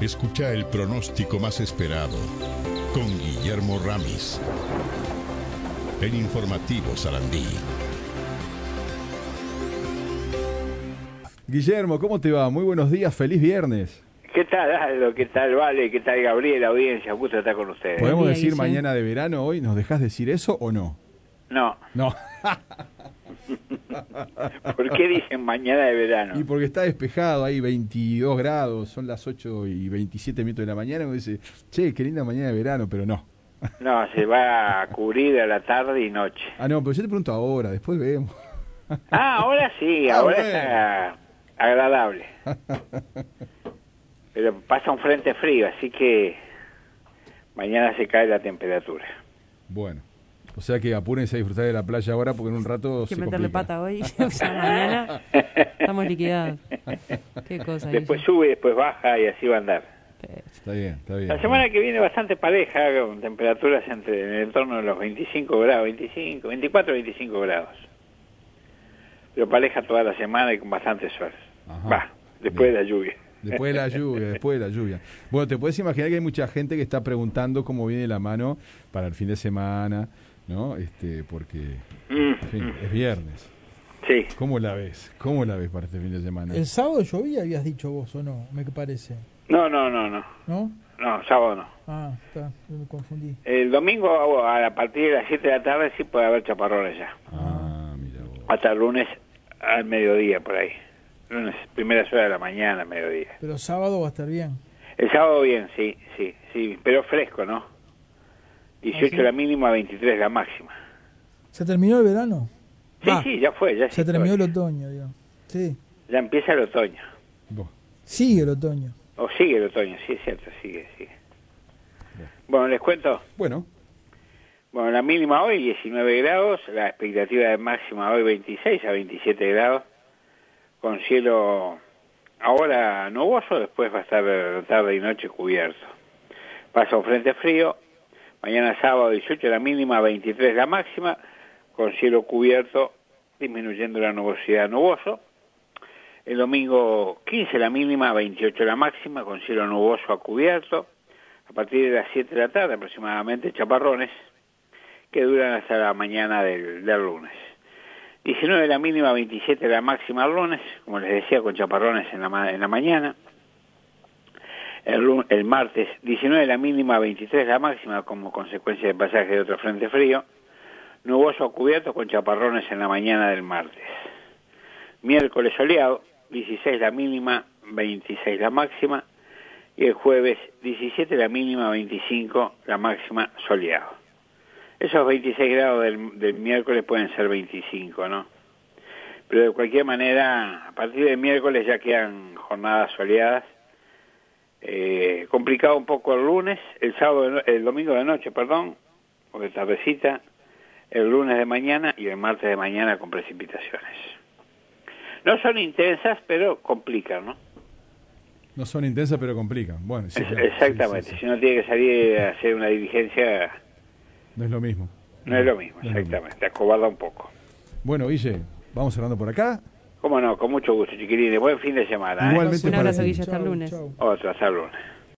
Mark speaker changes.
Speaker 1: escucha el pronóstico más esperado con Guillermo Ramis en Informativo Sarandí.
Speaker 2: Guillermo, ¿cómo te va? Muy buenos días, feliz viernes.
Speaker 3: ¿Qué tal, Aldo? ¿Qué tal, Vale? ¿Qué tal, Gabriel? Audiencia, gusto estar con ustedes.
Speaker 2: ¿Podemos
Speaker 4: día,
Speaker 2: decir
Speaker 4: Guille.
Speaker 2: mañana de verano hoy? ¿Nos dejas decir eso o no?
Speaker 3: No,
Speaker 2: No.
Speaker 3: ¿por qué dicen mañana de
Speaker 2: Y
Speaker 3: verano?
Speaker 2: porque está despejado, hay 22 grados, son las 8 y 27 minutos de la mañana, y uno dice, che, qué linda mañana de verano, pero no.
Speaker 3: No, se va a cubrir a la tarde y noche.
Speaker 2: Ah, no, pero yo te pregunto ahora, después vemos.
Speaker 3: Ah, ahora sí,
Speaker 2: Ah,
Speaker 3: ahora
Speaker 2: bueno.
Speaker 3: está agradable. Pero pasa un frente frío, así que mañana se cae la temperatura.
Speaker 2: Bueno, o sea que apúrense a disfrutar de la playa ahora porque en un rato
Speaker 4: Hay que
Speaker 2: se
Speaker 4: meterle
Speaker 2: complica.
Speaker 4: pata hoy, o sea, mañana estamos liquidados. Qué cosa.
Speaker 3: Después
Speaker 4: Guille.
Speaker 3: sube, después baja y así va a andar.
Speaker 2: Está bien, está bien.
Speaker 3: La semana que viene bastante pareja, con temperaturas entre en el entorno de los 25 grados, 25, 24, 25 grados. Pero pareja toda la semana y con bastante sol.
Speaker 2: Ajá.
Speaker 3: Va, después
Speaker 2: Bien.
Speaker 3: de la lluvia.
Speaker 2: Después de la lluvia, después de la lluvia. Bueno, te puedes imaginar que hay mucha gente que está preguntando cómo viene la mano para el fin de semana, ¿no? Este, porque,
Speaker 3: Mm,
Speaker 2: en fin, es viernes.
Speaker 3: sí.
Speaker 2: ¿Cómo la ves? ¿Cómo la ves para este fin de semana?
Speaker 5: El sábado llovía, habías dicho vos, ¿o no? Me parece,
Speaker 3: No, no, no, no.
Speaker 5: ¿no?
Speaker 3: No, sábado no.
Speaker 5: Ah, está, yo me confundí.
Speaker 3: El domingo a a partir de las 7 de la tarde sí puede haber chaparrones ya.
Speaker 2: Ah, mira vos.
Speaker 3: Hasta el lunes al mediodía por ahí. Lunes, primeras horas de la mañana, mediodía.
Speaker 5: Pero sábado va a estar bien.
Speaker 3: El sábado bien, sí, sí, sí, pero fresco, ¿no? 18
Speaker 5: Ah, sí.
Speaker 3: la mínima, 23 la máxima.
Speaker 5: ¿Se terminó el verano?
Speaker 3: Sí,
Speaker 5: Va,
Speaker 3: sí, ya fue, ya
Speaker 5: Ah, Se
Speaker 3: sí
Speaker 5: terminó el
Speaker 3: fue.
Speaker 5: otoño, digamos. Sí,
Speaker 3: Ya empieza el otoño.
Speaker 2: Vos.
Speaker 5: sigue el otoño.
Speaker 3: O sigue el otoño, sí, es cierto, sigue, sigue. Bueno, les cuento.
Speaker 2: Bueno,
Speaker 3: Bueno, la mínima hoy 19 grados, la expectativa de máxima hoy 26 a 27 grados, con cielo ahora nuboso, después va a estar eh, tarde y noche cubierto. Pasa un frente frío, mañana sábado 18 la mínima, 23 la máxima, con cielo cubierto, disminuyendo la nubosidad nuboso. El domingo 15 la mínima, 28 la máxima, con cielo nuboso a cubierto. A partir de las 7 de la tarde aproximadamente, chaparrones que duran hasta la mañana del, del lunes. 19 la mínima, 27 la máxima el lunes, como les decía, con chaparrones en la, ma- en la mañana. El, lu- el martes, 19 la mínima, 23 la máxima, como consecuencia del pasaje de otro frente frío. Nuboso a cubierto con chaparrones en la mañana del martes. Miércoles soleado, 16 la mínima, 26 la máxima. Y el jueves, 17 la mínima, 25 la máxima soleado. Esos 26 grados del, del miércoles pueden ser 25, ¿no? Pero de cualquier manera, a partir del miércoles ya quedan jornadas soleadas. Eh, complicado un poco el lunes, el sábado, de no- el domingo de noche, perdón, o de tardecita, el lunes de mañana y el martes de mañana con precipitaciones. No son intensas, pero complican, ¿no?
Speaker 2: no son intensas pero complican. Bueno, sí,
Speaker 3: Es-
Speaker 2: claro, sí,
Speaker 3: Exactamente.
Speaker 2: sí, sí.
Speaker 3: Si uno tiene que salir a hacer una diligencia,
Speaker 2: No es lo mismo.
Speaker 3: no es lo mismo,
Speaker 2: No es lo mismo.
Speaker 3: exactamente. Acobarda un poco.
Speaker 2: Bueno, Guille, vamos cerrando por acá.
Speaker 3: Cómo no, con mucho gusto, chiquilines. Buen fin de semana. ¿eh?
Speaker 2: Igualmente
Speaker 4: Un
Speaker 2: para
Speaker 4: abrazo,
Speaker 2: ti.
Speaker 4: Guille, hasta el
Speaker 5: Chau,
Speaker 4: lunes.
Speaker 5: chau.
Speaker 3: Otro, hasta el lunes.